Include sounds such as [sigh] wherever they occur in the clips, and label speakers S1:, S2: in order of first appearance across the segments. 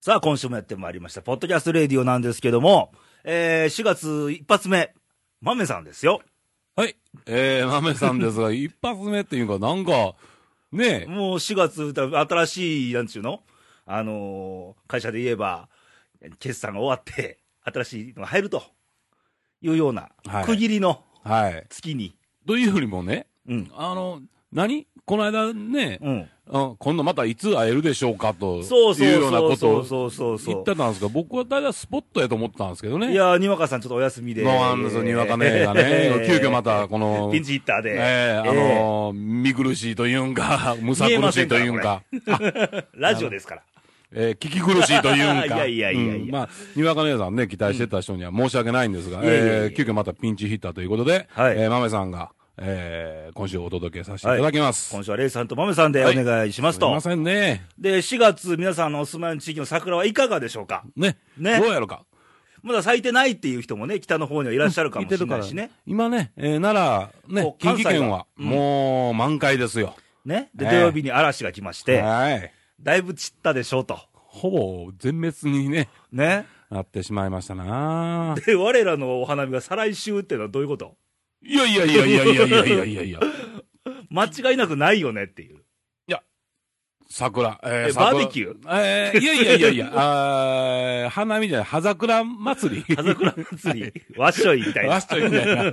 S1: さあ、今週もやってまいりました、ポッドキャストレディオなんですけども、えー、4月一発目、マメさんですよ。
S2: はい。えー、マメさんです [laughs] が、一発目っていうか、なんか、ね
S1: もう4月、新しい、なんちゅうのあのー、会社で言えば、決算が終わって、新しいのが入るというような、はい、区切りの月に、はい。
S2: というよりもね、うん、あの、何この間ね、うん、あ今度またいつ会えるでしょうかというようなことを言ってたんですが、僕は大体スポットやと思ったんですけどね。
S1: いやにわかさんちょっとお休みで。
S2: そうなんですよ、にわかねがね、えー、急遽またこの、
S1: ピンチヒッターで。
S2: えー、あのー、見苦しいというんか、むさ苦しいというんか。
S1: [laughs] ラジオですから。
S2: えー、聞き苦しいと [laughs] いうか。
S1: いやいやいやいや、うん、
S2: まあ、にわか姉さんね、期待してた人には申し訳ないんですが、うん、えー、急遽またピンチヒッターということで、はい、えー、豆さんが、えー、今週お届けさせていただきます。
S1: はい、今週はレイさんと豆さんでお願いしますと。
S2: はい、すいませんね。
S1: で、4月、皆さんのお住まいの地域の桜はいかがでしょうか
S2: ね。ね。どうやろうか。
S1: まだ咲いてないっていう人もね、北の方にはいらっしゃるかもしれないしね。
S2: 今ね、えー、奈良、ね、近畿圏は、もう満開ですよ。
S1: うん、ね。で、土曜日に嵐が来まして、はい。だいぶ散ったでしょうと。
S2: ほぼ全滅にね、
S1: ね。
S2: なってしまいましたな
S1: で、我らのお花見が再来週っていうのはどういうこと
S2: いやいやいやいやいやいやいやいやいや。
S1: 間違いなくないよねっていう。
S2: いや、桜、
S1: えー、バーベキュー
S2: えー、いやいやいやいや、あー花見じゃない、葉桜祭
S1: [laughs]
S2: り。
S1: 葉桜
S2: [laughs]
S1: 祭り。わっしょいみたいな。
S2: わっしょいみたいな。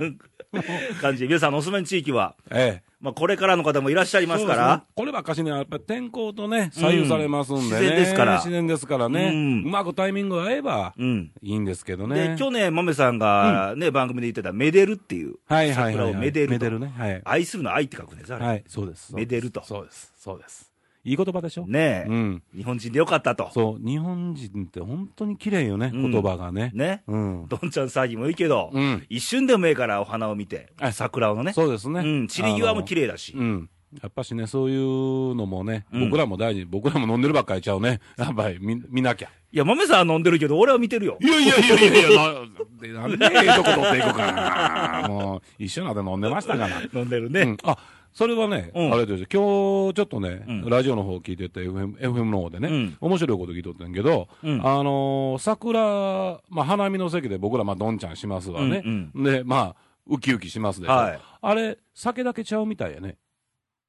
S1: 感じで、皆さんのお住まいの地域は、ええ、まあ、これからの方もいらっしゃいますから。ね、
S2: こればっかしね、やっぱ天候とね、左右されますんで、ねうん、
S1: 自然ですから。
S2: 自然ですからね。うん、うまくタイミング合えば、いいんですけどね。
S1: うん、で、去年、豆さんがね、番組で言ってた、めでるっていう。
S2: はいはい
S1: 桜をめでる。
S2: めでるね。はい。
S1: 愛するの愛って書くんです、あれ。
S2: はい、そうです。
S1: めでると。
S2: そうです。そうです。いい言葉でしょ
S1: ねえ、うん、日本人でよかったと。
S2: そう、日本人って本当に綺麗よね、うん、言葉がね。
S1: ね、うん、どんちゃん騒ぎもいいけど、うん、一瞬でもええからお花を見て、桜のね。、
S2: そうですね。うん
S1: 散り際も綺麗だし。
S2: うん。やっぱしね、そういうのもね、僕らも大事、僕らも飲んでるばっかりちゃうね。やっぱり見、見なきゃ。
S1: いや、豆さん飲んでるけど、俺は見てるよ。
S2: いやいやいやいやい [laughs] や、なんでええとこ取っていこうかな。もう、一緒なんで飲んでましたから。
S1: 飲んでるね。
S2: あそれはね、うん、あれです今日ちょっとね、うん、ラジオの方聞いてて、FM, FM の方でね、うん、面白いこと聞いとったんけど、あのー、桜、まあ、花見の席で僕ら、まあ、どんちゃんしますわね。うんうん、で、まあ、ウキウキしますでしょ。はい、あれ、酒だけちゃうみたいやね。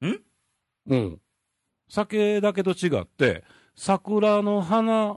S1: ん
S2: うん。酒だけと違って、桜の花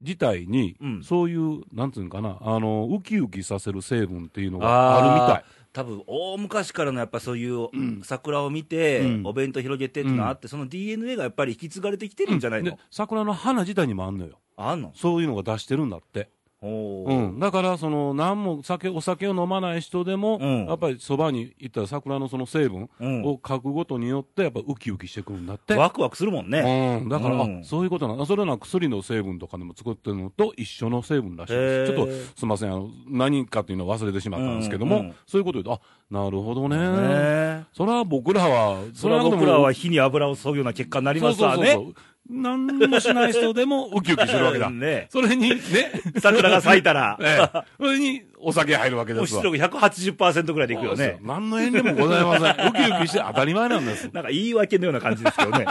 S2: 自体に、そういう、なんつうんかな、あのー、ウキウキさせる成分っていうのがあるみたい。
S1: 多分大昔からのやっぱそういう桜を見て、うん、お弁当広げてっていうのがあって、うん、その DNA がやっぱり引き継がれてきてるんじゃないの、うん、
S2: 桜の花自体にもあんのよ
S1: あんの
S2: そういうのが出してるんだってうん、だからその何も酒お酒を飲まない人でも、やっぱりそばに行ったら桜のその成分を書くことによってやっぱウキウキしてくるんだって、
S1: わくわくするもんね、
S2: うん、だから、うん、そういうことなのそれな薬の成分とかでも作ってるのと一緒の成分らしいですちょっとすみませんあの何かっていうのを忘れてしまったんですけども、うんうん、そういうこと言うとあなるほどねねそれは僕らは
S1: それは僕らは火に油を注ぐような結果になりますわねそうそうそうそう
S2: 何もしない人でもウキウキするわけ
S1: [laughs]
S2: だ。
S1: ね、
S2: それに、ね。
S1: 桜が咲いた [laughs] ら。
S2: ええ、それに、お酒入るわけですわ。
S1: 出力180%ぐらいでいくよね。
S2: 何の遠慮もございません。ウキウキして当たり前なんです。
S1: なんか言い訳のような感じですけ [laughs] どね。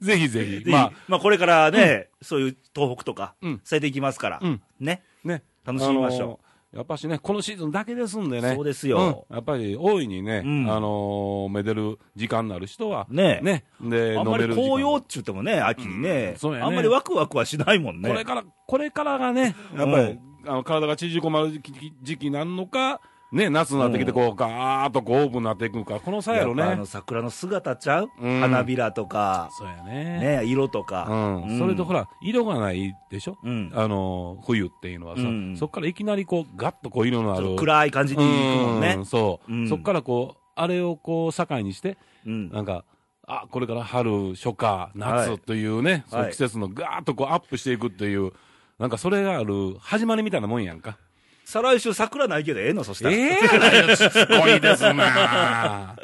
S2: ぜひぜひ。
S1: まあ、まあこれからね、うん、そういう東北とか、うん、咲いていきますから、うん、ね。
S2: ね。
S1: 楽しみましょう。あのー
S2: やっぱしね、このシーズンだけですんでね。
S1: そうですよ。
S2: うん、やっぱり大いにね、うん、あのー、めでる時間のある人は、ねね、
S1: で、あんまり紅葉っちゅうてもね、秋にね、うん、ねあんまりワクワクはしないもんね。
S2: これから、これからがね、やっぱり、あの体が縮こまる時期なのか、ね、夏になってきて、こう、ガーッとこう、オープンになっていくのか、この際やろね。
S1: あの桜の姿ちゃう、うん、花びらとか。
S2: そうやね。
S1: ね、色とか。
S2: うん。それとほら、色がないでしょ、うん、あの、冬っていうのはさ、うん、そっからいきなりこう、ガッとこう、色のある。
S1: 暗い感じにいくもんね。
S2: うん、そう、そっからこう、あれをこう、境にして、うん、なんか、あ、これから春、初夏、夏というね、はい、その季節のガーッとこう、アップしていくっていう、なんかそれがある、始まりみたいなもんやんか。
S1: 再来週桜ないけどええのそしたら。
S2: ええー、 [laughs] やしつこいですなは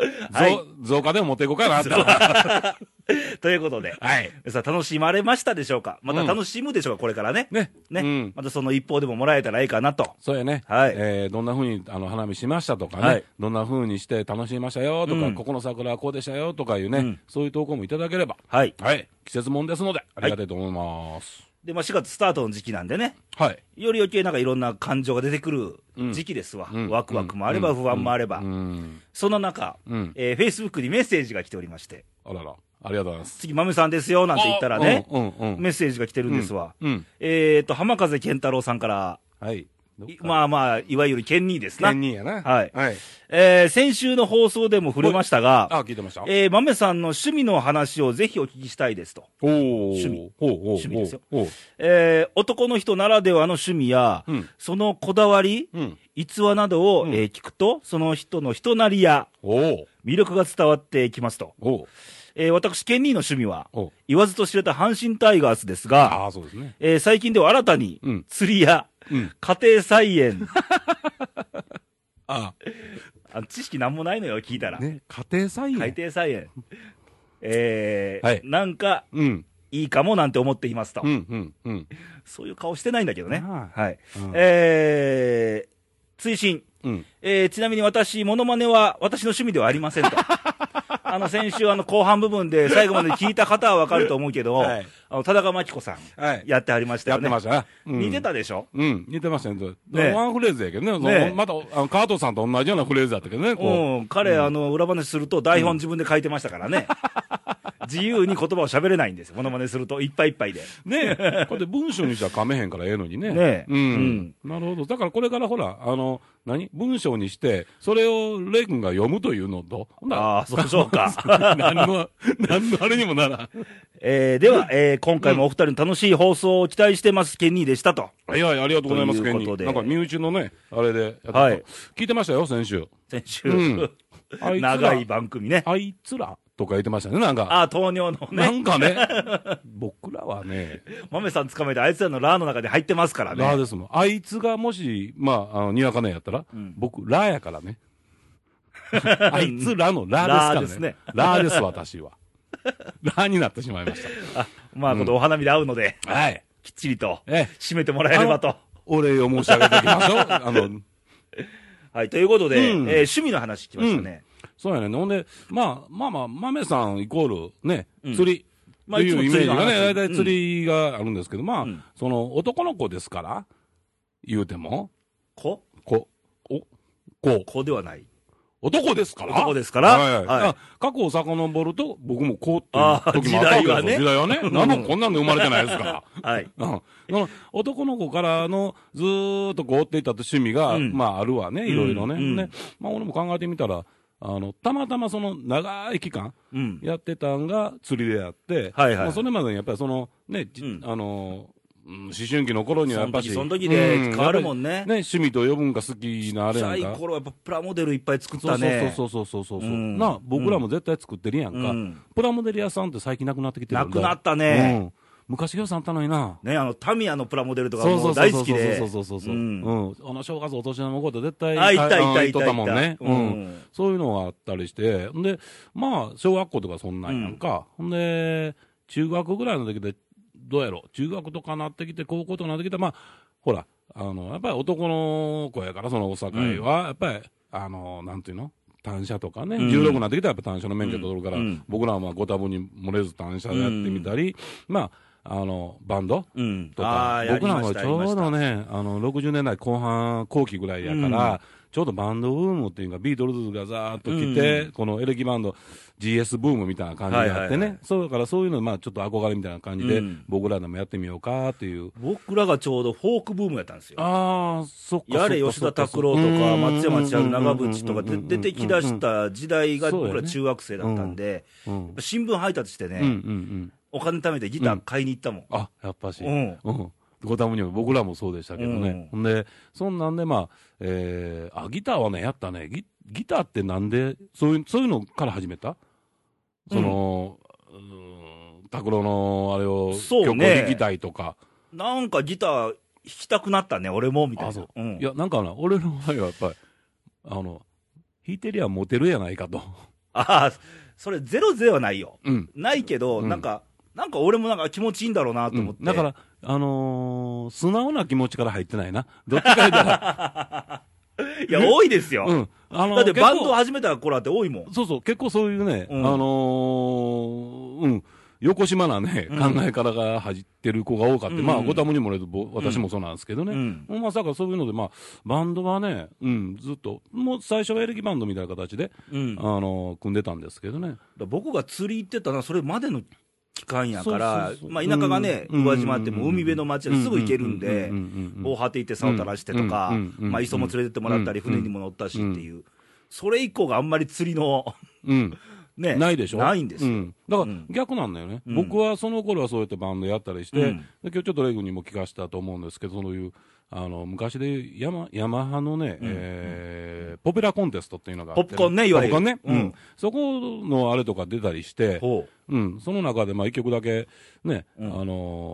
S2: い、増加でも持っていこうかなったら。
S1: ということで、
S2: はい、
S1: さあ楽しまれましたでしょうか、また楽しむでしょうか、これからね、
S2: ね
S1: ね、うん、またその一報でももらえたらいいかなと、
S2: そうやね、
S1: はい
S2: えー、どんなふうにあの花見しましたとかね、はい、どんなふうにして楽しみましたよとか、うん、ここの桜はこうでしたよとかいうね、うん、そういう投稿もいただければ、
S1: はい、
S2: はい、季節もんですので、ありがたいと思います。はい
S1: で、まあ、4月スタートの時期なんでね、
S2: はい、
S1: より余計なんかいろんな感情が出てくる時期ですわ、うん、ワクワクもあれば、不安もあれば、うんうん、そんな中、うんえー、f a c e b o o にメッセージが来ておりまして、
S2: あらら、ありがとうございます。
S1: 次、まめさんですよなんて言ったらね、
S2: うんうんうん、
S1: メッセージが来てるんですわ、
S2: うん、
S1: えー、と浜風健太郎さんから、
S2: はい、
S1: まあまあ、いわゆる県人ですな。
S2: 県人やな。
S1: はい。はい、えー、先週の放送でも触れましたが、
S2: あ、聞いてました。
S1: えー、豆さんの趣味の話をぜひお聞きしたいですと。
S2: お
S1: 趣味
S2: おお。
S1: 趣味ですよ。えー、男の人ならではの趣味や、うん、そのこだわり、うん、逸話などを、うん、えー、聞くと、その人の人なりや、
S2: お
S1: 魅力が伝わってきますと。
S2: お
S1: えー、私、ケンニーの趣味は、言わずと知れた阪神タイガースですが、
S2: あそうですね
S1: えー、最近では新たに、釣りや、うん、家庭菜園。 [laughs]
S2: あ
S1: あ知識なんもないのよ、聞いたら。
S2: ね、家庭菜園
S1: 家庭菜園。えー、
S2: はい、
S1: なんか、
S2: うん、
S1: いいかもなんて思っていますと、
S2: うんうんうん。
S1: そういう顔してないんだけどね。はい。
S2: うん、
S1: えー、追伸。
S2: うん、
S1: えー、ちなみに私、ものまねは私の趣味ではありません [laughs] と。あの先週、あの後半部分で最後まで聞いた方は分かると思うけど、はい、あの田中真紀子さん、やってはりましたよね。
S2: やってました、
S1: うん、似てたでしょ
S2: うん、似てましたね。ねワンフレーズやけどね、ねまたあの川藤さんと同じようなフレーズだったけどね、
S1: う。うん、彼、うん、あの裏話すると台本自分で書いてましたから [laughs] ね。自由に言葉を喋れないんですよ、ものまねすると、いっぱいいっぱいで。
S2: ねえ、これで文章にしたらかめへんからええのにね。
S1: ね
S2: うん、うん、なるほど、だからこれからほら、あの何文章にして、それをレイ君が読むというのと、
S1: ああ、そうそうか。
S2: [laughs] 何の、何のあれにもならん。
S1: えー、では、えー、今回もお二人の楽しい放送を期待してます、ケニーでしたと。
S2: はいはい、ありがとうございます、ケニー。なんか身内のね、あれではい、聞いてましたよ、先週。
S1: 先週。
S2: うん、
S1: い長い番組ね。
S2: あいつら。とか言ってましたね、なんか。
S1: ああ、糖尿のね。
S2: なんか [laughs] ね、僕らはね。
S1: 豆さん捕まえて、あいつらのラーの中に入ってますからね。
S2: ラーですもん。あいつがもし、まあ、あの、にわかねやったら、
S1: うん、
S2: 僕、ラーやからね。あいつらのラーですからね。ラーです、ね、ラーです私は。ラーになってしまいました。
S1: あまあ、うん、このお花見で会うので、
S2: はい。
S1: きっちりと、締めてもらえればと。
S2: お礼を申し上げていきましょう。あの、
S1: はい、ということで、うん、えー、趣味の話来ましたね。
S2: そうやね。ほんで、まあ、まあまあ、豆さんイコール、ね、釣り。
S1: うん、まあ、
S2: いうイメージがね、大体釣りがあるんですけど、うん、まあ、うん、その、男の子ですから、言うても。
S1: 子
S2: 子。お子。
S1: 子ではない。
S2: 男ですから
S1: 男ですから。
S2: はい。はい、過去を遡ると、僕もこうっていう時もあった
S1: わけです。
S2: 時代はね。時代はね。何もこん [laughs] なんで生まれてないですから
S1: はい。
S2: うん。男の子からの、ずーっとこうっていった趣味が、うん、まあ、あるわね、いろいろね。ね。まあ、俺も考えてみたら、あの、たまたまその長い期間、やってたんが釣りであっ
S1: う
S2: て、
S1: ん、はいはい
S2: まあ、それまでやっぱりその、ね、うん、あのー、思春期の頃にはやっぱり。
S1: その時で変わるもんね。
S2: うん、ね、趣味と呼ぶんか好きなあれやんか。
S1: 小さい頃やっぱプラモデルいっぱい作ったね。
S2: そうそうそうそうそうな、僕らも絶対作ってるやんか、プラモデル屋さんって最近なくなってきてる
S1: なくなったね。
S2: 昔よさんたのにな。
S1: ね、あの、タミヤのプラモデルとかも大好きで。
S2: そうそうそうそう。うん。あの、正月お年玉のこと絶対。
S1: あ、いたいた
S2: いた。ったもんね。うん。そういうのがあったりして。んで、まあ、小学校とかそんなんやんか。ほんで、中学ぐらいの時で、どうやろう。中学とかなってきて、高校とかなってきて、まあ、ほら、あの、やっぱり男の子やから、そのお境は、やっぱり、あの、なんていうの単車とかね、16になってきたらやっぱ単車の免許取るから、僕らはまあご多分に漏れず単車でやってみたり、まあ、あの、バンド、
S1: うん、
S2: とか、僕なんかちょうどね、あの、60年代後半後期ぐらいやから、うん、ちょうどバンドブームっていうか、ビートルズがざーっと来て、うん、このエレキバンド、GS ブームみたいな感じであってね、はいはいはい、そうだからそういうの、まあちょっと憧れみたいな感じで、僕らでもやってみようかっていう。
S1: 僕らがちょうどフォークブームやったんですよ。
S2: ああ、そっか。
S1: やれ、吉田拓郎とか、松山千春、長渕とか出てきだした時代が、僕ら中学生だったんで、ね、新聞配達してね、
S2: うんうんうん
S1: お金貯めてギター買いに行ったもん。
S2: うん、あ、やっぱし。
S1: うん。うん。
S2: ごたむにも僕らもそうでしたけどね。うん、で、そんなんで、まあ、えー、あ、ギターはね、やったね。ギギターってなんで、そういう、そういうのから始めたその、拓、う、郎、ん、のあれを、
S1: そう
S2: ね、曲を弾きたいとか。
S1: なんかギター弾きたくなったね、俺も、みたいな。、
S2: そう
S1: うん。
S2: いや、なんかな、俺の場合はやっぱり、あの、弾いてりゃモテるやないかと。
S1: ああ、それゼロゼはないよ。ないけど、なんか、なんか俺もなんか気持ちいいんだろうなと思って。
S2: だから、あのー、素直な気持ちから入ってないな。どっちか言った
S1: [laughs]
S2: ら。
S1: いや、多いですよ。うん。あのだってバンド始めた頃って多いも
S2: ん。そうそう、結構そういうね、あのー、うん。横島なね、考え方が入ってる子が多かった、まあ、ごたもにも私もそうなんですけどね、まさかそういうので、まあ、バンドはね、うん、ずっと、もう最初はエレキバンドみたいな形で、あの組んでたんですけどね。
S1: 僕が釣り行ってたのは、それまでの期間やから、まあ、田舎がね、宇和島ってもう海辺の町ですぐ行けるんで、大果て行って竿垂らしてとか、まあ、磯も連れてってもらったり、船にも乗ったしっていう、それ以降があんまり釣りの、
S2: ね、ないでしょ
S1: ないんですよ、うん、
S2: だから逆なんだよね、うん、僕はその頃はそうやってバンドやったりして、うん、今日ちょっとレイ君にも聞かせたと思うんですけど、そういうあの昔でヤマヤマハのね、うえー、ポピュラーコンテストっていうのが
S1: ポップコンね、いわゆる。
S2: ポップコンね、うんそこのあれとか出たりして、うん、その中でまあ1曲だけね、あ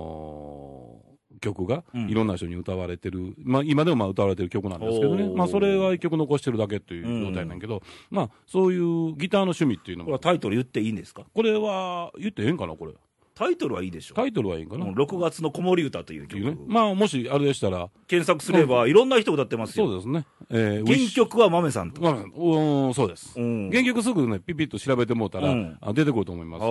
S2: のー曲がいろんな人に歌われてる、まあ、今でもまあ歌われてる曲なんですけどね、まあ、それは一曲残してるだけという状態なんけど、まあ、そういうギターの趣味っていうのも。
S1: これはタイトル言っていいんですか
S2: これは言ってええんかな、これ。
S1: タイトルはいいでしょ
S2: タイトルはいいんかな。
S1: 6月の子守歌という曲。ね、
S2: まあ、もしあれでしたら。
S1: 検索すれば、いろんな人歌ってますよ。
S2: そうですね。
S1: えー、原曲は豆さんと。
S2: おそうです。原曲すぐね、ピピッと調べてもうたら、う出てくると思います。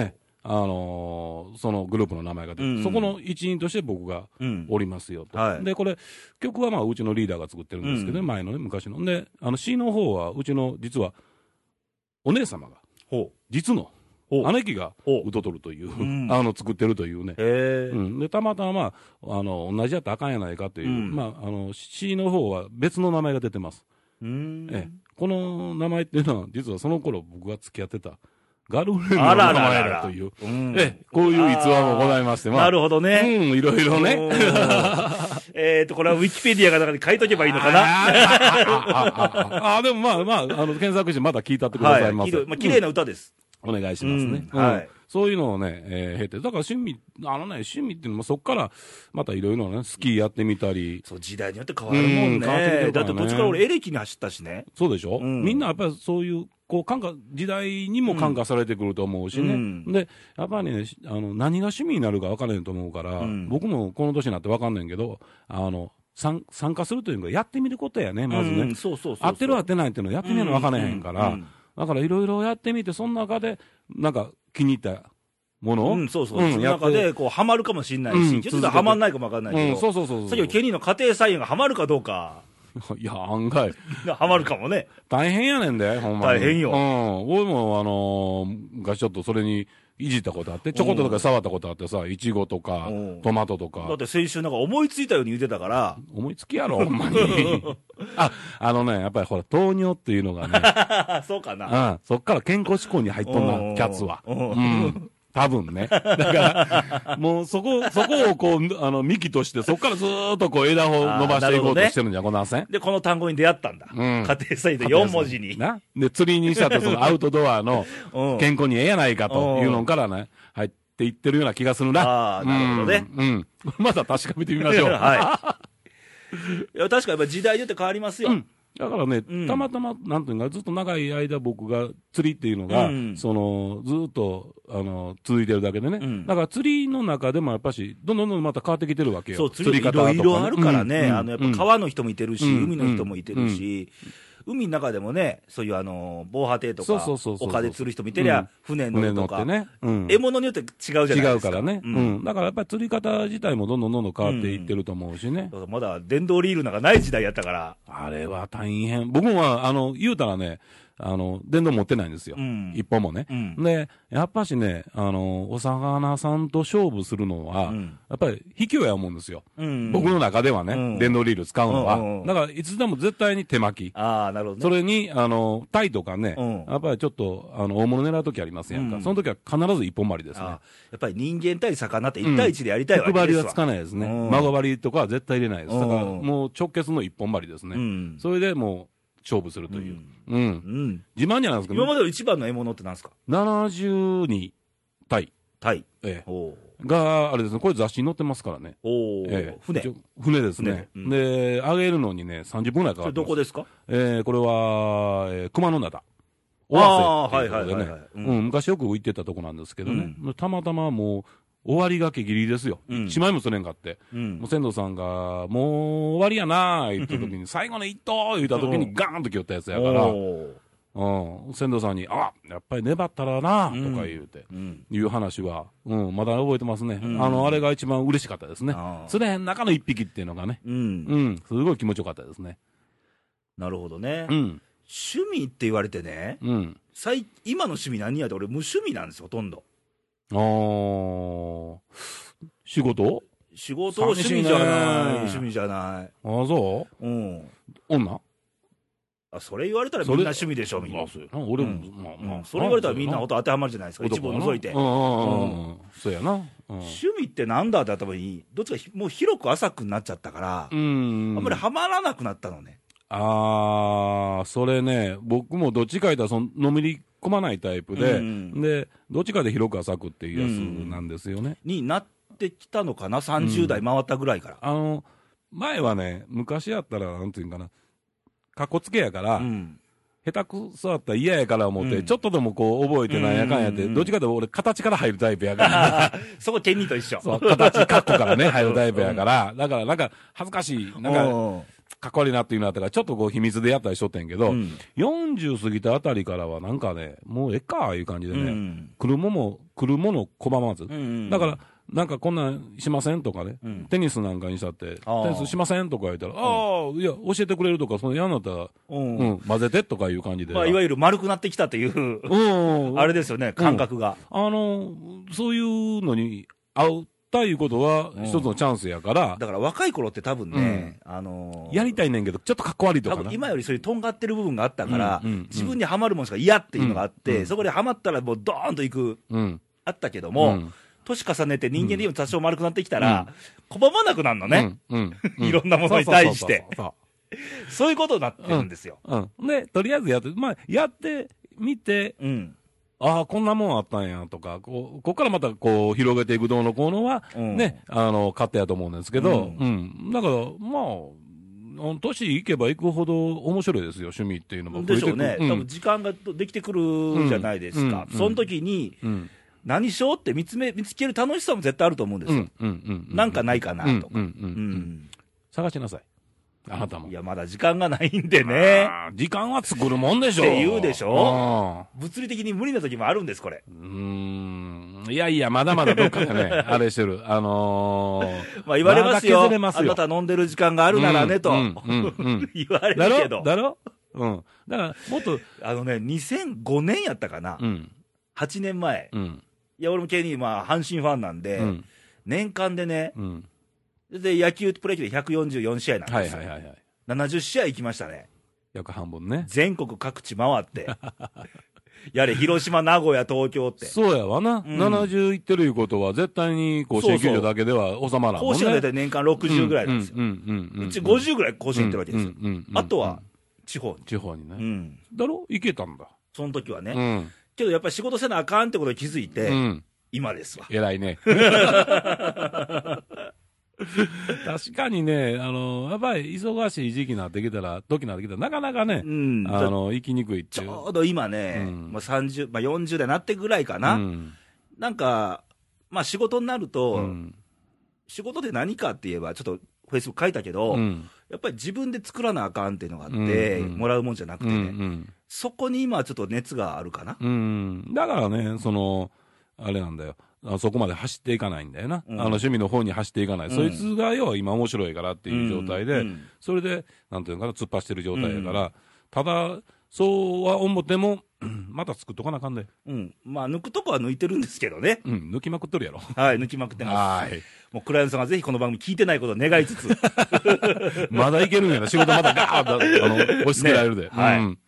S2: ええあのー、そのグループの名前が出て、うん、そこの一員として僕がおりますよと、うんはい、でこれ、曲はまあうちのリーダーが作ってるんですけど、ね、うん、前のね、昔の、であの C の方は、うちの実はお姉様が、実の姉貴が歌とるという、 [laughs] あの作ってるというね、でたまたまあの同じやったらあかんやないかという、まあ、あの C の方は別の名前が出てます、ええ、この名前っていうのは、実はその頃僕が付き合ってた。ガルフレンドの名前だという、えこういう逸話もございまして、
S1: なるほどね。
S2: うん、いろいろね。
S1: えっと、これはウィキペディアが中で書いとけばいいのかな。
S2: [laughs] ああ、でもまあまあ、あの、検索してまた聞いたってくださいませ。
S1: まあ、綺麗な歌です。
S2: お願いしますね。はい。そういうのをね、えー、経て、だから趣味、あのね、趣味っていうのもそこからまたいろいろね、スキーやってみたり。
S1: そう、時代によって変わるもんね。変わってねだって途中から俺エレキに走ったしね。
S2: そうでしょ、うみんなやっぱりそういうこう感化時代にも感化されてくると思うしね、うん、でやっぱりねあの、何が趣味になるか分からへんと思うから、うん、僕もこの年になって分かんないけど、あの参参加するというか、やってみることやね、まずね、合ってる合ってないっていうのやってみるの分からへんから、だからいろいろやってみて、その中で、なんか気に入ったもの、
S1: うん、そうそう、うん、その中でこうはまるかもしれないし、ちょっとはまんないかも分からないけど、
S2: そうそうそうそう
S1: さっきのケニーの家庭菜園がはまるかどうか。
S2: [laughs] いや、案外。
S1: はまるかもね。
S2: 大変やねんで、ほんま。
S1: に。大変よ。うん
S2: 俺も、あのー、昔ちょっとそれに、いじったことあって、ちょこっとだけ触ったことあってさ、いちごとか、トマトとか。
S1: だって先週なんか思いついたように言ってたから。
S2: [laughs] 思いつきやろ、ほんまに。
S1: [laughs]
S2: あ、あのね、やっぱりほら、糖尿っていうのが
S1: [laughs]
S2: ね。
S1: そうかな。
S2: うん。そっから健康志向に入っとんな、キャッツは。うん。多分ね。だから、もうそこ、そこをこう、あの、幹として、そこからずっとこう枝を伸ばしていこうとしてるんじゃ、この汗。
S1: で、この単語に出会ったんだ。うん、家庭菜で4文字に。
S2: な。で、釣りにしたと、そのアウトドアの健康にええやないかというのからね、入っていってるような気がする
S1: な。ああ、なるほどね。
S2: うん。 [laughs] また確かめてみ
S1: [laughs]。
S2: ましょう。は
S1: い
S2: い
S1: や、確かやっぱ時代によって変わりますよ。
S2: だからね、たまたま、なんていうか、ずっと長い間僕が釣りっていうのが、うん、その、ずっと、あの、続いてるだけでね。うん、だから釣りの中でもやっぱし、どんどんどんまた変わってきてるわけよ。
S1: そう、釣り方とか、ね。いろいろあるからね、あの、やっぱ川の人もいてるし、海の人もいてるし、海の中でもね、そういうあの、防波堤とか、丘で釣る人見てりゃ、船乗るとか、
S2: ね
S1: 獲物によって違うじゃないですか。
S2: 違うからね。うん。だからやっぱり釣り方自体もどんどんどんどん変わっていってると思うしね。
S1: まだ電動リールなんかない時代やったから。
S2: あれは大変。僕もあの、言うたらね、あの、電動持ってないんですよ。一本もね。で、やっぱしね、あの、お魚さんと勝負するのは、やっぱり卑怯や思うんですよ。僕の中ではね、電動リール使うのは。だから、いつでも絶対に手巻き。
S1: ああ、なるほど、
S2: それに、あの、タイとかね、やっぱりちょっと、あの、大物狙うときありますやんか。その時は必ず一本針ですね。や
S1: っぱり人間対魚って一対一でやりたいわけ
S2: ですわ、うん、針はつかないですね。孫針とかは絶対入れないです。だから、もう直結の一本針ですね。それでもう、勝負するという。うん。うん。自慢じゃないですか、
S1: 今までの一番の獲物って何ですか
S2: ?72 体。
S1: 体。
S2: ええ。が、あれですね、これ雑誌に載ってますからね。
S1: おええ、船
S2: 船ですね。で、あげるのにね、30分ぐらいかかる。
S1: どこですか
S2: ええ、これは、えー、熊野灘。尾鷲っていうところでね、昔よく行ってたとこなんですけどね、うん、たまたまもう、終わりがけぎりですよ、うん、一枚もそれんかって、うん、もう仙道さんが、もう終わりやなー言った時に、最後の一投言った時に、ガーンと来よったやつやから、うん、仙道さんに、あやっぱり粘ったらなーとか言うて、いう話は、うん、まだ覚えてますね、あのあれが一番嬉しかったですね、それへん中の一匹っていうのがね、うん、すごい気持ちよかったですね。
S1: なるほどね、趣味って言われてね、うん、最今の趣味何やって、俺、無趣味なんですほとんど。
S2: あ仕事
S1: 仕事趣味じゃない。趣味じゃない。あ、
S2: そううん。女
S1: あ、それ言われたらみんな趣味でしょ、みんな。
S2: 俺も、。
S1: まあそれ言われたらみんな音当てはまるじゃないですか、一部を除いて。うん
S2: そうやな。
S1: 趣味ってなんだって頭に、どっちかもう広く浅くなっちゃったから、あんまりはまらなくなったのね。
S2: ああ、それね、僕もどっちか言ったら、その、のめり込まないタイプで、うん、で、どっちかで広く浅くっていうやつなんですよね。
S1: うん、になってきたのかな、30代回ったぐらいから。
S2: うん、あの、前はね、昔やったら、なんていうんかな、かっこつけやから、下手くそだったら嫌やから思って、ちょっとでもこう覚えてなんやかんやって、どっちかで俺形から入るタイプやから。 [laughs]
S1: そこ、ケニーと一緒。
S2: そう、形、カッコからね、入るタイプやから、だからなんか恥ずかしい、なんか、かっこ悪いなっていうのあったから、ちょっとこう秘密でやったりしとってんけど、うん、40過ぎたあたりからはなんかね、もうええか、いう感じでね、うん、来るもも、来るもの拒まず。うんうん、だから、なんかこんなんしませんとかね、うん、テニスなんかにしたって、テニスしませんとか言ったら、ああ、いや、教えてくれるとか、その嫌になったら、うん、混ぜてとかいう感じで。
S1: まあ、いわゆる丸くなってきたっていう、あれですよね、感覚が。
S2: あの、そういうのに合うたいうことは、一つのチャンスやから、
S1: だから若い頃って多分ね、あの
S2: やりたいねんけど、ちょっとかっこ悪いとか
S1: 今よりそういうとんがってる部分があったから、自分にはまるもんしか嫌っていうのがあって、そこではまったら、もうどーンといく、あったけども、年重ねて人間で今、多少丸くなってきたら、拒まなくなるのね、 [laughs] いろんなものに対して。そういうことになってるんですよ。
S2: で、とりあえずやって、まあ、やってみて、ああ、こんなもんあったんやとか、こここからまたこう広げていくどうのこうのは、ね、うん、あの、勝手やと思うんですけど、うん、うん。だから、まあ、年いけばいくほど面白いですよ、趣味っていうのも
S1: でしょうね、うん、多分時間ができてくるじゃないですか、その時に、何しようって見つめ見つける楽しさも絶対あると思うんですよ、なんかないかなとか、
S2: 探しなさい。あなたも。
S1: いや、まだ時間がないんでね。
S2: 時間は作るもんでしょ。
S1: って言うでしょ。物理的に無理な時もあるんです、これ。
S2: うん。いやいや、まだまだど
S1: [laughs]
S2: っかでね、あれしてる。あの
S1: ー、まあ言われますよ。あなた飲んでる時間があるならね、と。 [laughs] 言われるけど。
S2: だろうん。だから、もっと。
S1: あのね、2005年やったかな。うん、8年前。うん、いや、俺も K に、まあ、阪神ファンなんで、うん、年間でね、うんで、野球プロ野球で144試合なんですよ。はいはいはい、はい、70試合行きましたね。
S2: 約半分ね。
S1: 全国各地回って。 [laughs] やれ、広島、名古屋、東京って。
S2: そうやわな。うん、70行ってるいうことは、絶対に甲子園球場だけでは収まらんもんね。
S1: 甲子園は大体年間60ぐらいなんですよ。うち50ぐらい甲子園行ってるわけですよ。あとは、地方に。
S2: 地方にね。うん、だろ行けたんだ。
S1: その時はね。うん、けど、やっぱり仕事せなあかんってことに気づいて、うん、今ですわ。
S2: 偉
S1: [laughs]
S2: いね。確かにね、あのやっぱり忙しい時期になってきたら、時になってきたら、なかなかね、うん、あの行きにくい
S1: ちょうど今ね、うん、まあ30まあ、40代になってぐらいかな、うん、なんか、まあ、仕事になると、うん、仕事で何かって言えば、ちょっとフェイスブック書いたけど、やっぱり自分で作らなあかんっていうのがあって、うんうん、もらうもんじゃなくてね、うんうん、そこに今、ちょっと熱があるかな。
S2: だからねそのあれなんだよそこまで走っていかないんだよな、うん、あの趣味の方に走っていかない、うん、そいつが要は今、面白いからっていう状態で、うん、それで、なんていうのかな、突っ走ってる状態やから、ただ、そうは思っても、 [clears throat] また作っとかなあかんで、
S1: うん、まあ、抜くとこは抜いてるんですけど
S2: [laughs]
S1: ね、
S2: うん、抜きまくっとるやろ、
S1: はい、抜きまくってます、はいもうクライアントさんがぜひこの番組聞いてないことを願いつ
S2: [laughs]
S1: つ、
S2: まだいけるんやな、仕事まだガーッとあの押し付けられるで、ね、
S1: はい。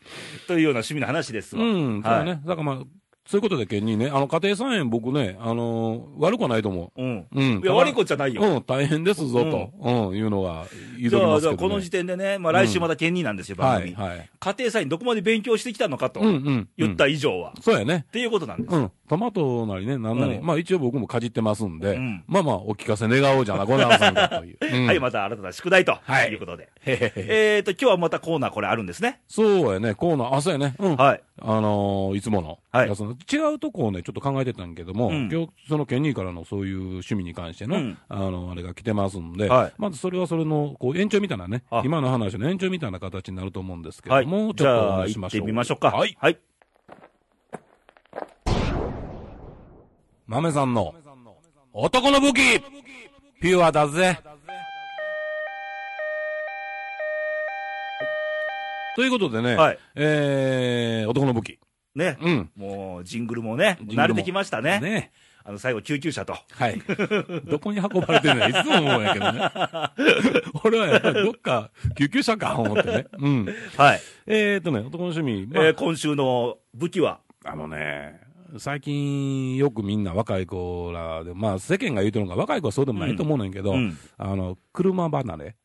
S1: というような趣味の話ですわ。
S2: うんそうね、はい、だからまあそういうことだけにね、あの家庭菜園、僕ね、あのー、悪くはないと思う。うん。
S1: うん、いや、悪いことじゃないよ。
S2: うん、大変ですぞと、うん、うん、いうのが言うときますけど、ね、
S1: この時点でね、まあ、来週また県になんですよ、番組、うん、はい、はい。家庭菜園、どこまで勉強してきたのかと、言った以上は、
S2: そうやね。
S1: っていうことなんです。。
S2: うん。トマトなりね、なんなり、まあ一応僕もかじってますんで、まあまあ、お聞かせ願おうじゃな、ごなさんかという
S1: はい、また新たな宿題と、い。うことで。はい、えっと、今日はまたコーナーこれあるんですね。
S2: そうやね、コーナー、あ、そうやね。うん。
S1: はい。
S2: あのー、いつもの、はい、違うとこをね、ちょっと考えてたんけども、うん、今日、そのケニーからのそういう趣味に関しての、うん、あの、あれが来てますんで、はい、まずそれはそれの、こう、延長みたいなね、今の話の延長みたいな形になると思うんですけども、はい、ちょっとお願いしましょう。
S1: 行ってみましょうか。
S2: はい。
S1: はい。
S2: 豆さんの、男の武器ピュアだぜということでね、はい、えー、男の武器。
S1: ね、うん、もうジングルもね、も慣れてきましたね。ねあの最後、救急車と。
S2: はい。どこに運ばれてるのいつも思うんやけどね。 [laughs] 俺はやっぱりどっか救急車か思ってね。うん。
S1: はい。
S2: えーとね、男の趣味。
S1: まあ、えー、今週の武器は
S2: あのね、最近よくみんな若い子らで、まあ世間が言うてるのが若い子はそうでもないと思うねんけど、うんうん、あの、車離れ。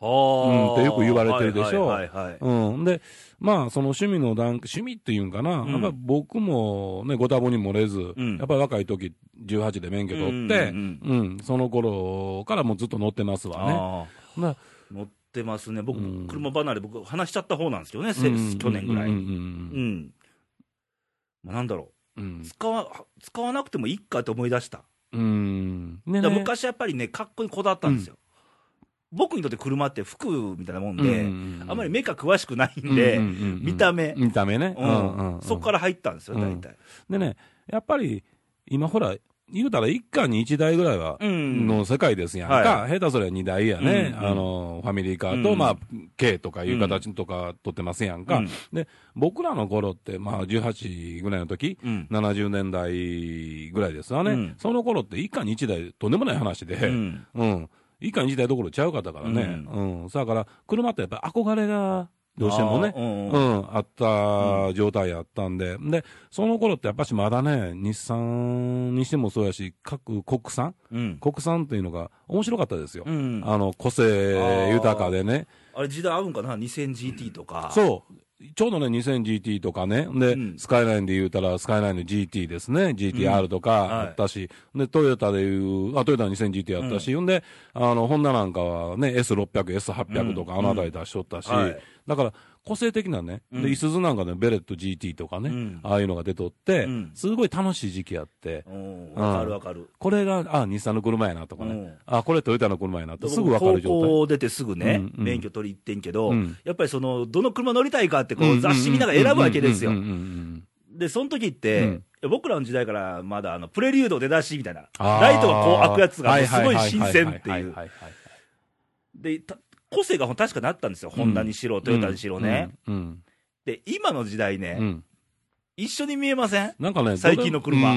S1: あ
S2: うん、ってよく言われてるでしょ。うん。で、まあ、その趣味の段、趣味っていうんかな、うん、やっぱ僕もね、ご多忙に漏れず、うん、やっぱり若い時、18で免許取って、うん、うん、その頃からもうずっと乗ってますわね。
S1: 乗ってますね。僕、車離れ、僕、話しちゃった方なんですよね、去年ぐらい。うん。まあ、なんだろう。使わ、使わなくてもいいかって思い出した。
S2: うん。
S1: ねね昔やっぱりね、かっこにこだわったんですよ。僕にとって車って服みたいなもんで、あんまり目が詳しくないんで、見た目。
S2: 見た目ね。
S1: そこから入ったんですよ、大体。
S2: でね、やっぱり、今ほら、言うたら一家に一台ぐらいは、の世界ですやんか。下手それは二台やね。あの、ファミリーカーと、まあ、K とかいう形とか取ってますやんか。で、僕らの頃って、まあ、18ぐらいの時、70年代ぐらいですわね。その頃って一家に一台、とんでもない話で、うん。以下に時代どころちゃうかったからね。うん。うん、だから、車ってやっぱ憧れが、どうしてもね、うん、うん、あった状態やったんで、うん、で、その頃ってやっぱしまだね、日産にしてもそうやし、各国産、国産っていうのが面白かったですよ。あの、個性豊かでね。
S1: あれ時代合うんかな ?2000GT とか。
S2: そう。ちょうどね、2000GT とかね、で、うん、スカイラインで言うたら、スカイラインの GT ですね、GTR とかあったし、うんはい、で、トヨタでいう、あ、トヨタの 2000GT あったし、うん、んで、あの、ホンダなんかはね、S600、S800 とか、あのあたり出しとったし、はい、だから、個性的なね、で、いすゞなんかね、ベレット GT とかね、ああいうのが出とって、すごい楽しい時期やって。
S1: わかるわかる。
S2: これが、あ、日産の車やなとかね、あ、これトヨタの車やなってすぐわかる状態。
S1: 高校出てすぐね、免許取り行ってんけど、やっぱりその、どの車乗りたいかってこう、雑誌見ながら選ぶわけですよ。で、その時って、僕らの時代からまだあの、プレリュード出だしみたいな、ライトがこう開くやつがすごい新鮮っていう。で、個性が確かなったんですよ、ホンダにしろ、トヨタにしろね。で、今の時代ね、一緒に見えません
S2: なんかね、
S1: 最近の車。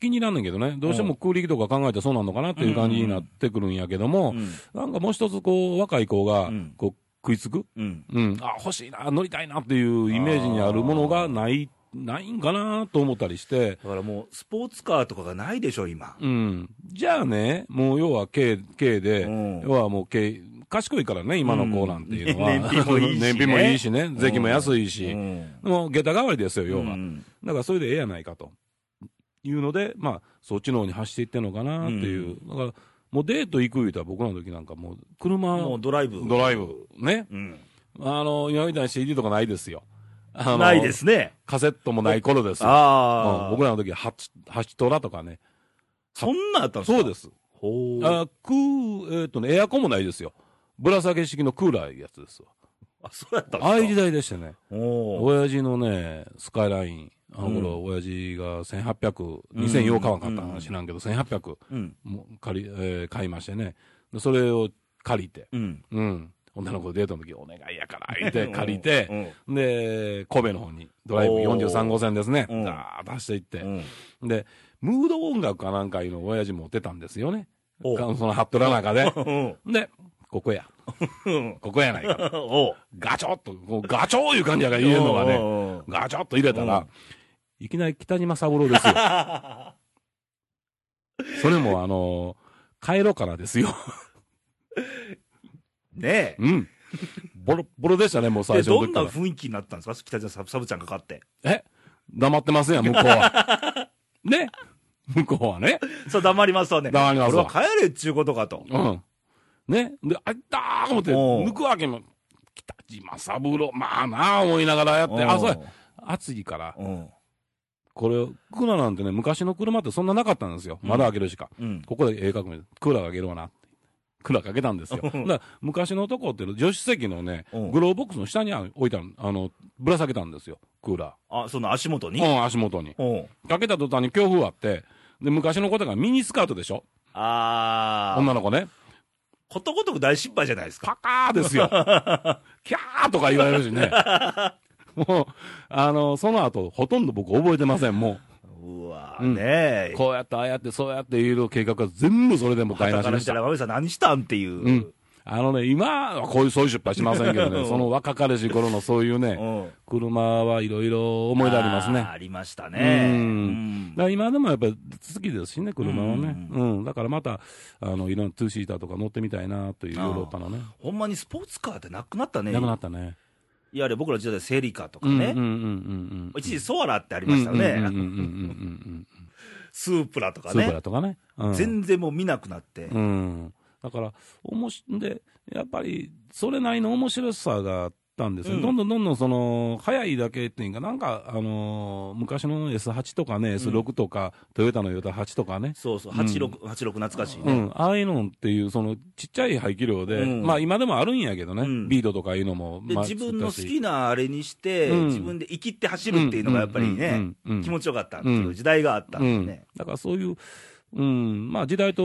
S2: 気になんねんけどね、どうしても空力とか考えてそうなのかなっていう感じになってくるんやけども、なんかもう一つ、こう、若い子が、こう、食いつく、うんあ、欲しいな、乗りたいなっていうイメージにあるものがない。ないんかなと思ったりして。
S1: だからもう、スポーツカーとかがないでしょ、今。
S2: うん。じゃあね、もう要は K、K で、要はもう K、賢いからね、今の子なんていうのは。
S1: うん、 [laughs] 燃費もいいし、ね。
S2: 燃費もいいしね。税金も安いし。うん、もう、下駄代わりですよ、要は。うん、だから、それでええやないかと。いうので、まあ、そっちの方に走っていってんのかなっていう。だから、もうデート行く言うたら僕らの時なんかもう、車。
S1: もうドライブ。
S2: ドライブ。ね。あの、今みたいに CD とかないですよ。
S1: ないですね。
S2: カセットもない頃ですよ。あ僕らの時は、ハチトラとかね。
S1: そんなあったん
S2: ですかそうです。あクー、えっ、とね、エアコンもないですよ。ぶら下げ式のクーラーやつですわ。
S1: あ、そうやった
S2: ああいう時代でしたね。親父のね、スカイライン、あの頃、親父が1800、2004買わんかった話なんけど、1800、も借り、えー、買いましてね。それを借りて、うん。うん。女の子デートの時、お願いやから、言って借りて、で、神戸の方に、ドライブ43号線ですね。ダーッと走っていって。で、ムード音楽かなんかいうのを親父持ってたんですよね。そのハットラ中で。で、ここや。
S1: [laughs]
S2: ここやないか。ガチョッと、こうガチョーいう感じやから言えるのがね、ガチョッと入れたら、いきなり北島三郎ですよ。 [laughs] それもあの、帰ろうからですよ。
S1: ねえ。
S2: うん。ボロボロでしたね、もう最初
S1: どんな雰囲気になったんですか北島サブちゃんかかって。
S2: え黙ってますやん、向こう [laughs] は。ね向こうはね。
S1: そう、黙りますわね。
S2: 黙ります
S1: わ。俺は帰れっちゅうことかと。
S2: うん。ね。で、あったーと思って、抜くわけも、北島三郎、まあなあ思いながらやって、あ、そう暑いから、これ、クーラーなんてね、昔の車ってそんななかったんですよ。窓開けるしか。うん、ここでええ確認。クーラーかけるわな。クーラーかけたんですよ。だから昔のとこって、助手席のね、グローボックスの下に置いたあの、ぶら下げたんですよ、クーラ
S1: ー。あ、その足元に
S2: うん、足元に。かけた途端に強風あって、で、昔の子とかミニスカートでしょ
S1: あ
S2: 女の子ね。
S1: ことごとく大失敗じゃないですか。
S2: カカーですよ。キャーとか言われるしね。 [laughs] もう、あの、その後、ほとんど僕覚えてません、も
S1: う。うわね、
S2: うん、こうやって、ああやって、そうやっていろ計画が全部それでも。
S1: 台無しにした。から見たら、何したんっていう。うん
S2: あのね、今はこういう、そういう失敗しませんけどね、その若かりし頃のそういうね、車はいろいろ思い出ありますね。。
S1: ありましたね。うん
S2: だ今でもやっぱり好きですしね、車はね。うん。だからまた、あの、いろんなツーシーターとか乗ってみたいなというヨーロッパのね。
S1: ほんまにスポーツカーってなくなったね。
S2: なくなったね。
S1: いや、僕ら時代でセリカとかね、一時ソアラってありましたよね、スープラとかね、
S2: スープラとかね、、
S1: うん、全然もう見なくなって。うん
S2: だからおもしで、やっぱりそれなりの面白さがあったんですよ、うん、どんどんどんどんその早いだけっていうか、なんか、あのー、昔の S8 とかね、S6 とか、トヨタのヨタ8とかね、
S1: そうそう、86、うん、86懐かしいね、
S2: うん、ああいうのっていう、そのちっちゃい排気量で、まあ今でもあるんやけどね、ビートとかいうのも、
S1: まあ、自分の好きなあれにして、自分で生きって走るっていうのがやっぱりね、気持ちよかったっていう時代があったんでね。
S2: だからそういううん、まあ時代と、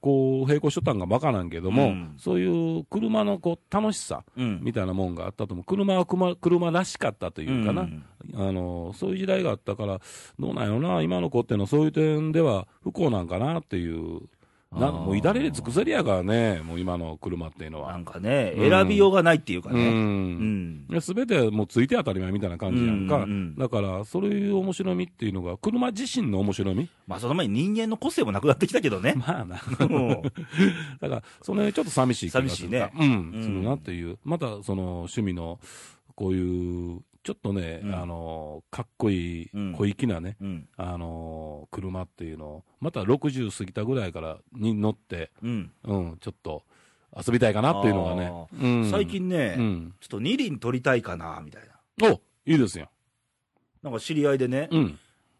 S2: こう、並行しとったんがバカなんけども、うん、そういう車のこう、楽しさ、みたいなもんがあったと思う。車は車、車らしかったというかな、うん、あの、そういう時代があったから、どうなんやろな、今の子っていうのはそういう点では不幸なんかなっていう。なもう乱れで尽くせりやからね、もう今の車っていうのは。。
S1: なんかね、選びようがないっていうかね。うん
S2: す、べ、てもうついて当たり前みたいな感じやんか。だから、そういう面白みっていうのが、車自身の面白み
S1: まあ、その前に人間の個性もなくなってきたけどね。
S2: [laughs] まあな。だから、そのちょっと寂しい
S1: 寂しいね。
S2: うん、するなっていう。また、その趣味の、こういう、ちょっとね、うん、あのかっこいい、小粋なね、うん、あの車っていうのを、また60過ぎたぐらいからに乗って、うん、うん、ちょっと遊びたいかなっていうのがね、
S1: 最近ね、ちょっと二輪取りたいかなみたい
S2: な。おいいですよ。
S1: なんか知り合いでね、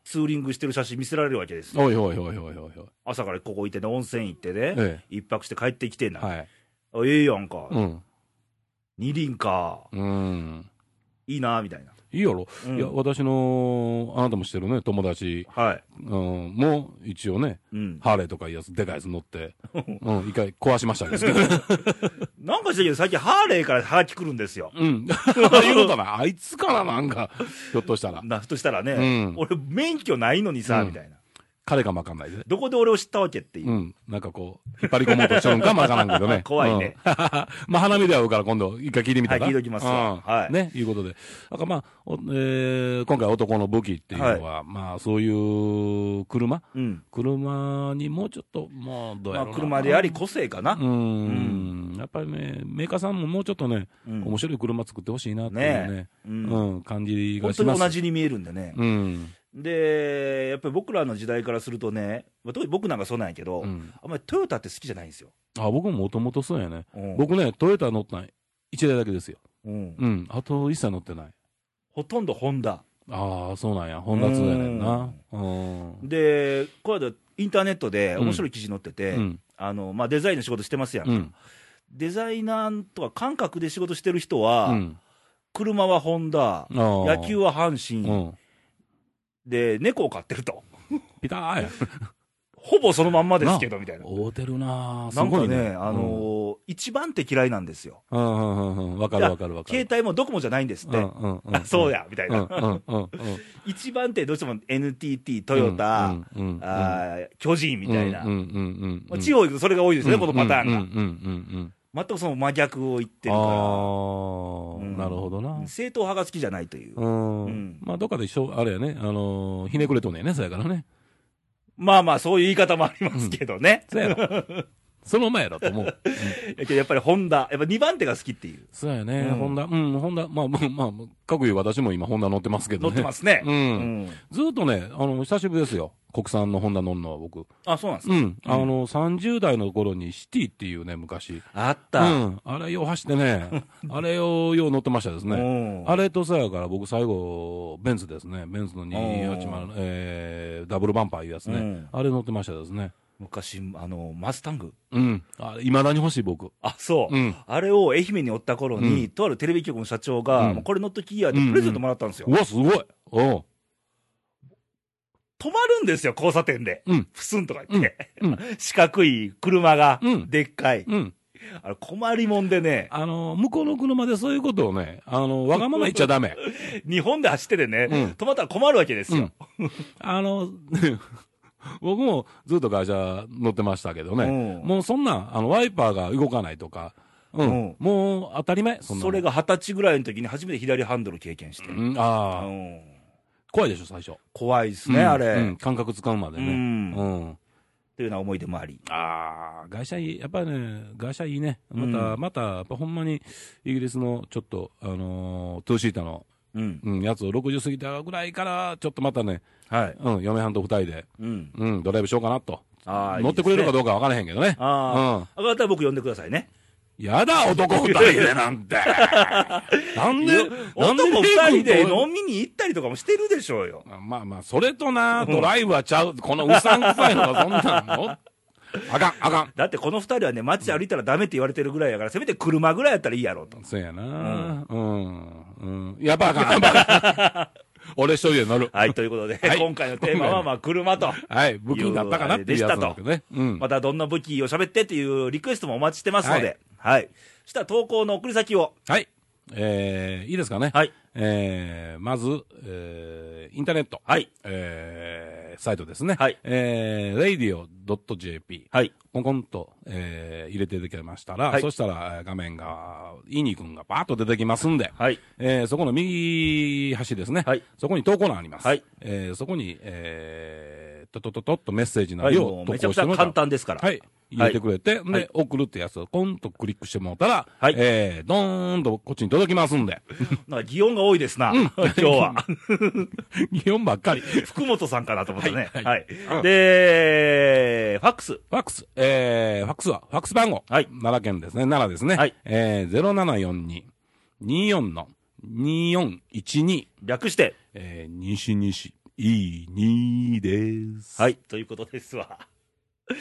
S1: ツーリングしてる写真見せられるわけです
S2: おいおいおいおいおい
S1: 朝からここ行ってね、温泉行ってね、ええ、一泊して帰ってきてんな、はい、あええやんか、二輪か。うんいいなみたいな。
S2: いいやろ、うん、いや私のあなたもしてるね、友達、はいうん、も一応ね、うん、ハーレーとかいうやつ、でかいやつ乗って、
S1: [laughs]
S2: うん、一回壊しましたけど、
S1: なんかしたけど、最近、ハーレーからハーキ来るんですよ。
S2: うん、 [laughs] いうことな、あいつからなんか、ひょっとしたら。
S1: なひょっとしたらね、うん、俺、免許ないのにさ、みたいな。
S2: 彼かもわかんないで、ね、。
S1: どこで俺を知ったわけっていう。うん
S2: なんかこう、引っ張り込もうとしたのかもわからんけどね。
S1: 怖いね。
S2: うん、 [laughs] まあ、花見で会うから今度、一回聞いてみたら。。
S1: はい、聞いときます、うん、はい
S2: ね、いうことで。だからまあ、えー、今回男の武器っていうのは、はい、まあ、そういう車、うん、車にもうちょっと、もう、どうやろう
S1: 車であり個性かな。。
S2: うん。やっぱりね、メーカーさんももうちょっとね、面白い車作ってほしいなっていうね、ねうん、感じがします
S1: 同じに見えるんでね。うん。で、やっぱり僕らの時代からするとね、まあ、特に僕なんかそうなんやけど、うん、あんまりトヨタって好きじゃないんですよ。
S2: あ僕ももともとそうやね、うん、僕ね、トヨタ乗ったん1台だけですよ。うん、うん、あと一切乗ってない。
S1: ほとんどホンダ。
S2: ああ、そうなんや、ホンダ通やねんな。
S1: で、この間、インターネットで面白い記事載ってて、あのまあ、デザインの仕事してますやんか、デザイナーとか感覚で仕事してる人は、車はホンダ、野球は阪神。で、猫を飼ってると。
S2: ピターや。
S1: ほぼそのまんまですけど、みたいな。
S2: 合うてるな
S1: すごいね。あの一番って嫌いなんですよ。
S2: わかるわかるわか
S1: る。携帯もドコモじゃないんですって。 [laughs] あ、そうや、みたいな。一番ってどうしても NTT、トヨタ、巨人みたいな。地方行くとそれが多いですね、このパターンが。全くその真逆を言ってるから、あ
S2: うん、なるほどな
S1: 正統派が好きじゃないという、
S2: うんまあ、どっかで一緒、あれやね、あのー、ひねくれとんねんね、そやからね。
S1: まあまあ、そういう言い方もありますけどね。
S2: うん、そやろ [laughs] その前やろと思う。
S1: やけどやっぱりホンダ、やっぱ2番手が好きっていう。
S2: そうやね、ホンダ、うん、ホンダ、まあ、まあ、まあ、各言う私も今、ホンダ乗ってますけ
S1: 乗
S2: どね。
S1: ってますね。
S2: うんずっとね、あの、久しぶりですよ。国産のホンダ乗るのは僕。
S1: あ、そうなんです
S2: う
S1: か。
S2: ん。あの、30代の頃にシティっていうね、昔。
S1: あっ
S2: う
S1: た。
S2: ん。あれよう走っ
S1: [laughs]
S2: てね、あれようよう乗ってましたですね。
S1: うん
S2: あれとさやから僕最後、ベンツですね。ベンツの280、えー、ダブルバンパーいうやつ
S1: う
S2: ね。
S1: ん
S2: あれ乗ってましたですね。
S1: 昔、あの、マスタング。
S2: うん。あいまだに欲しい僕。
S1: あ、そう、
S2: うん
S1: あれを愛媛におった頃に、とあるテレビ局の社長が、
S2: うん
S1: もうこれ乗っときやってプレゼントもらったんですよ。
S2: うわ、すごいおう
S1: 止まるんですよ、交差点で。
S2: うん。
S1: ふすんとか言って。
S2: うん
S1: [laughs] 四角い車が
S2: う、ん
S1: でっかい。
S2: うん。
S1: あれ、困りもんでね、
S2: あの、向こうの車でそういうことをね、あの、わがまま言っちゃダメ。
S1: 日本で走っててね、
S2: うん
S1: 止まったら困るわけですよ。
S2: あの、 [laughs] 僕もずっと会社乗ってましたけどね。
S1: うん
S2: もうそんなん、あの、ワイパーが動かないとか。うん。
S1: うん
S2: もう当たり前、そんな
S1: そ
S2: の
S1: れが二十歳ぐらいの時に初めて左ハンドル経験して。
S2: うん、
S1: あ
S2: ああ、
S1: の
S2: 怖いでしょ、最初。
S1: 怖いですね、
S2: うん
S1: あれ、
S2: うん
S1: っ
S2: 感覚使うまでね。
S1: うん
S2: うん
S1: ていうような思い出もあり。
S2: ああ、外車いい、やっぱりね、外車いいね。また、
S1: うん
S2: また、やっぱほんまに、イギリスのちょっと、あのートゥーシータの、
S1: うん。
S2: うん、やつを60過ぎたぐらいから、ちょっとまたね、
S1: はい。
S2: うん、嫁はんと二人で、
S1: うん。
S2: うん、ドライブしようかなと。
S1: ああ
S2: 乗ってくれるか
S1: う
S2: どうかわからへんけどね。
S1: ああ。あ、だから僕呼んでくださいね。
S2: うん。やだ、男二人でな
S1: [laughs]
S2: んて。なんで
S1: よ、
S2: なんで
S1: 男二人で
S2: レイ君と
S1: 飲みに行ったりとかもしてるでしょうよ。
S2: まあまあ、それとな、ドライブはちゃう。このうさんくさいのがそんなんの。あかん、あかん。
S1: だってこの二人はね、街歩いたらダメって言われてるぐらいやから、せめて車ぐらいやったらいいやろうと。
S2: そうやな、うん、うん、やっぱあかん、やっぱあか
S1: [laughs]
S2: ん。俺一人で乗る。
S1: はい、ということで、
S2: はい
S1: 今回のテーマは、まあ、車と。
S2: はい、武器になったかなっていうやつなんだけどね。うん。
S1: またどんな武器を喋ってっていうリクエストもお待ちしてますので、はい。そしたら投稿の送り先を。
S2: はい。えー、いいですかね。
S1: はい。
S2: えー、まず、えー、インターネット。
S1: はい。
S2: えー、サイトですね。
S1: はい
S2: えー、radio.jp。
S1: はい。
S2: コンコンと、えー、入れていただけましたら、
S1: はい
S2: そしたらえー画面が、イニ君がバーッと出てきますんで、
S1: はい。
S2: えーそこの右端ですね、
S1: はい
S2: そこに投稿欄あります、
S1: はい
S2: えーそこに、えー、ととととっとメッセージな
S1: はい、
S2: り
S1: も
S2: を
S1: う
S2: 投
S1: めちゃ
S2: 稿
S1: くち
S2: して
S1: ゃ
S2: もらった
S1: 簡単ですから。
S2: はい、入れてくれて、
S1: は
S2: で
S1: い
S2: 送るってやつをコンとクリックしてもらったら、
S1: はい
S2: えー、どーんとこっちに届きますんで、 [laughs]
S1: なんか擬音が多いですな、今日は。
S2: 日本ばっかり。フ
S1: 福本さんかなと思ってね。
S2: はい
S1: はい
S2: うん。
S1: で、ファックス。
S2: ァックス、えー、ファックスは、ファックス番号、
S1: はい
S2: 奈良県ですね、奈良ですね、
S1: はい
S2: えー、0742-24の2412、
S1: 略して。
S2: えー、西西、いい2です。
S1: はい。ということですわ。フ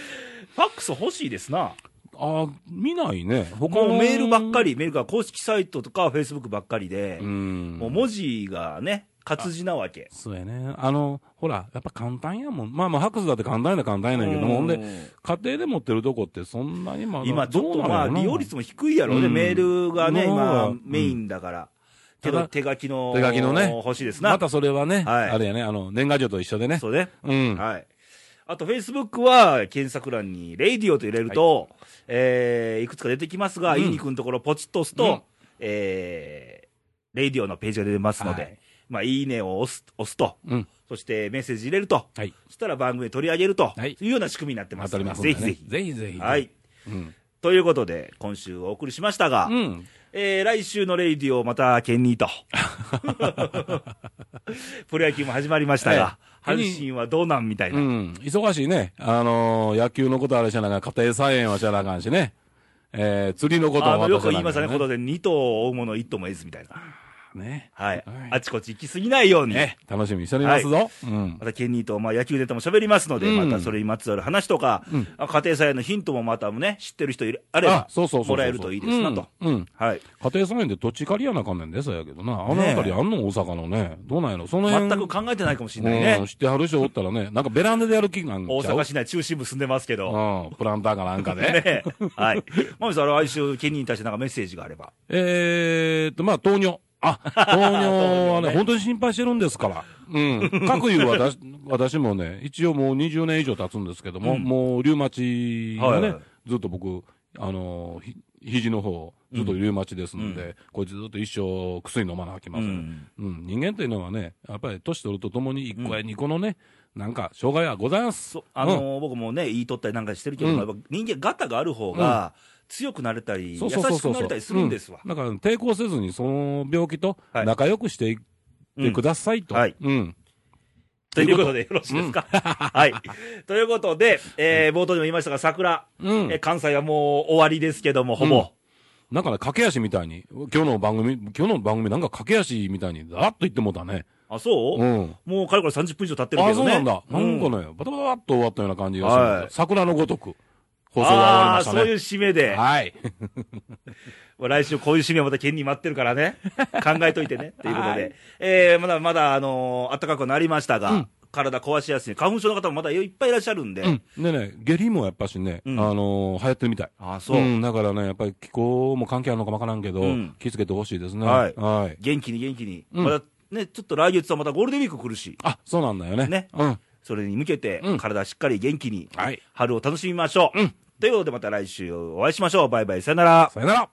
S1: ァックス欲しいですな。
S2: あー見ないね。他
S1: もうメールばっか
S2: り。
S1: り、メールが公式サイトとかフェイスブックばっかりで、
S2: うん。
S1: もう文字がね、活字なわけ。
S2: そうやね。あの、ほら、やっぱ簡単やもん。まあまあ、ハクスだって簡単やな簡単やねんけども、
S1: う
S2: ほ
S1: ん
S2: んで、家庭で持ってるとこってそんなにまだ
S1: 今、ちょっと
S2: どう
S1: ま
S2: な
S1: あ、
S2: のかな
S1: 利用率も低いやろうね、
S2: うん
S1: メールがね、
S2: う
S1: 今
S2: ん、
S1: メインだから。け
S2: た
S1: ど、
S2: だ
S1: 手書きの、
S2: 手書きのね
S1: 欲しいですな。
S2: またそれはね、
S1: はい
S2: あれやね、あの、年賀状と一緒でね。
S1: そうね。
S2: うん。
S1: はい。あと、フェイスブックは、検索欄に、レイディオと入れると、えーいくつか出てきますが、
S2: うん
S1: いいにくんところポチッと押すと、
S2: うん
S1: えーレイディオのページが出てますので、
S2: はい
S1: まあ、いいねを押す、押すと、
S2: うん。
S1: そしてメッセージ入れると、
S2: はい。
S1: そしたら番組で取り上げると、
S2: はい
S1: い、うような仕組みになってま
S2: 当
S1: す
S2: た
S1: の
S2: り
S1: で。
S2: ますんで
S1: ぜ
S2: ね
S1: ひぜひ。
S2: ぜひぜひ。
S1: はい。。
S2: うん。
S1: ということで、今週お送りしましたが、
S2: うん。
S1: えー来週のレイディオまた、ケンニーと。
S2: [laughs]
S1: [laughs] プロ野球も始まりましたが、
S2: はい
S1: 阪神はどうなんみたいな。
S2: うん。忙しいね。あのー野球のことあれしゃなあかん、家庭菜園はしゃなあかんしね。えー、釣りのこと
S1: あ
S2: は
S1: の
S2: また
S1: よく言いましたね、
S2: し
S1: こ
S2: ゃなあかん
S1: とで、2頭を追うもの1頭もえずみたいな、
S2: ね。
S1: はい
S2: はい
S1: あちこち行き過ぎないように、
S2: ね。楽しみにしておりますぞ。うん。
S1: またケニーと、まあ、野球ネタも喋りますので、
S2: うん
S1: またそれにまつわる話とか、あ家庭菜園のヒントもまたね、知ってる人いるあれ
S2: あ
S1: ば、、
S2: そうそうそうそう。
S1: もらえるといいですなと、
S2: うん。うん
S1: はい、
S2: 家庭菜園で土地借りやなあかんねんで、そやけどな。あの
S1: ねえ
S2: 辺りあんの大阪のね。どうなんやろその辺。
S1: 全く考えてないかもしれない
S2: うん
S1: ね、
S2: 知ってはる人おったらね、なんかベランダでやる気があるんちゃ
S1: 大
S2: う
S1: 阪市内中心部住んでますけど、
S2: うん。プランターかなんかで。
S1: ね、 [laughs] はい、まみさん、来週、ケニーに対してなんかメッセージがあれば、
S2: えーっと、まあ、糖尿。
S1: [laughs]
S2: あ、糖尿は
S1: 糖尿
S2: ね、
S1: ね
S2: 本当に心配してるんですから。うん。各言う私、 [laughs] 私もね、一応もう20年以上経つんですけども、もうリウマチがね、
S1: はいはい
S2: ずっと僕、あのーひ、肘の方、ずっと夕待ちですので、これずっと一生薬飲まなあきません。うん、人間というのはね、やっぱり年取るとともに1個や2個のね、なんか、障害はございます。
S1: あの僕もね、言いとったりなんかしてるけど、やっぱ人間、ガタがある方が、強くなれたり、優しくなれたりするんですわ。
S2: だから、抵抗せずに、その病気と仲良くしていってくださいと。はい。うん。
S1: ということで、よろしいですか、 [laughs] はい。ということで、えー、冒頭にも言いましたが、桜、うんえ関西はもう終わりですけども、ほぼ。
S2: なんかね、駆け足みたいに、今日の番組、今日の番組なんか駆け足みたいに、ざっと言ってもうたね。
S1: あ、そう、うん、もうかれこれ30分以上経ってるけどね。あ、
S2: そうなんだ。なんかね、バタバタっと終わったような感じがする、はい、桜のごとく。放送が終わりましたね。
S1: そういう締めで。
S2: はい。 [laughs]
S1: 来週こういう締めはまた県に待ってるから
S2: [laughs]
S1: ね。考えといてね。ということで。はい、えー、まだまだ、あのー、暖かくなりましたが、うん、体壊しやすい。花粉症の方もまだいっぱいいらっしゃるんで。うん、
S2: でね、下痢もやっぱしね、うん、あのー、流行ってるみたい。
S1: あ、そう、
S2: うん。だからね、やっぱり気候も関係あるのかわからんけど、気をつけてほしいですね。
S1: はい。はい、元気に元気に。まだね、ちょっと来月はまたゴールデンウィーク来るし。
S2: あ、そうなんだよね。
S1: ね。うん。それに向けて、体しっかり元気に、
S2: はい、
S1: 春を楽しみましょう。うん、ということでまた来週お会いしましょう。バイバイ、さよなら。
S2: さよなら。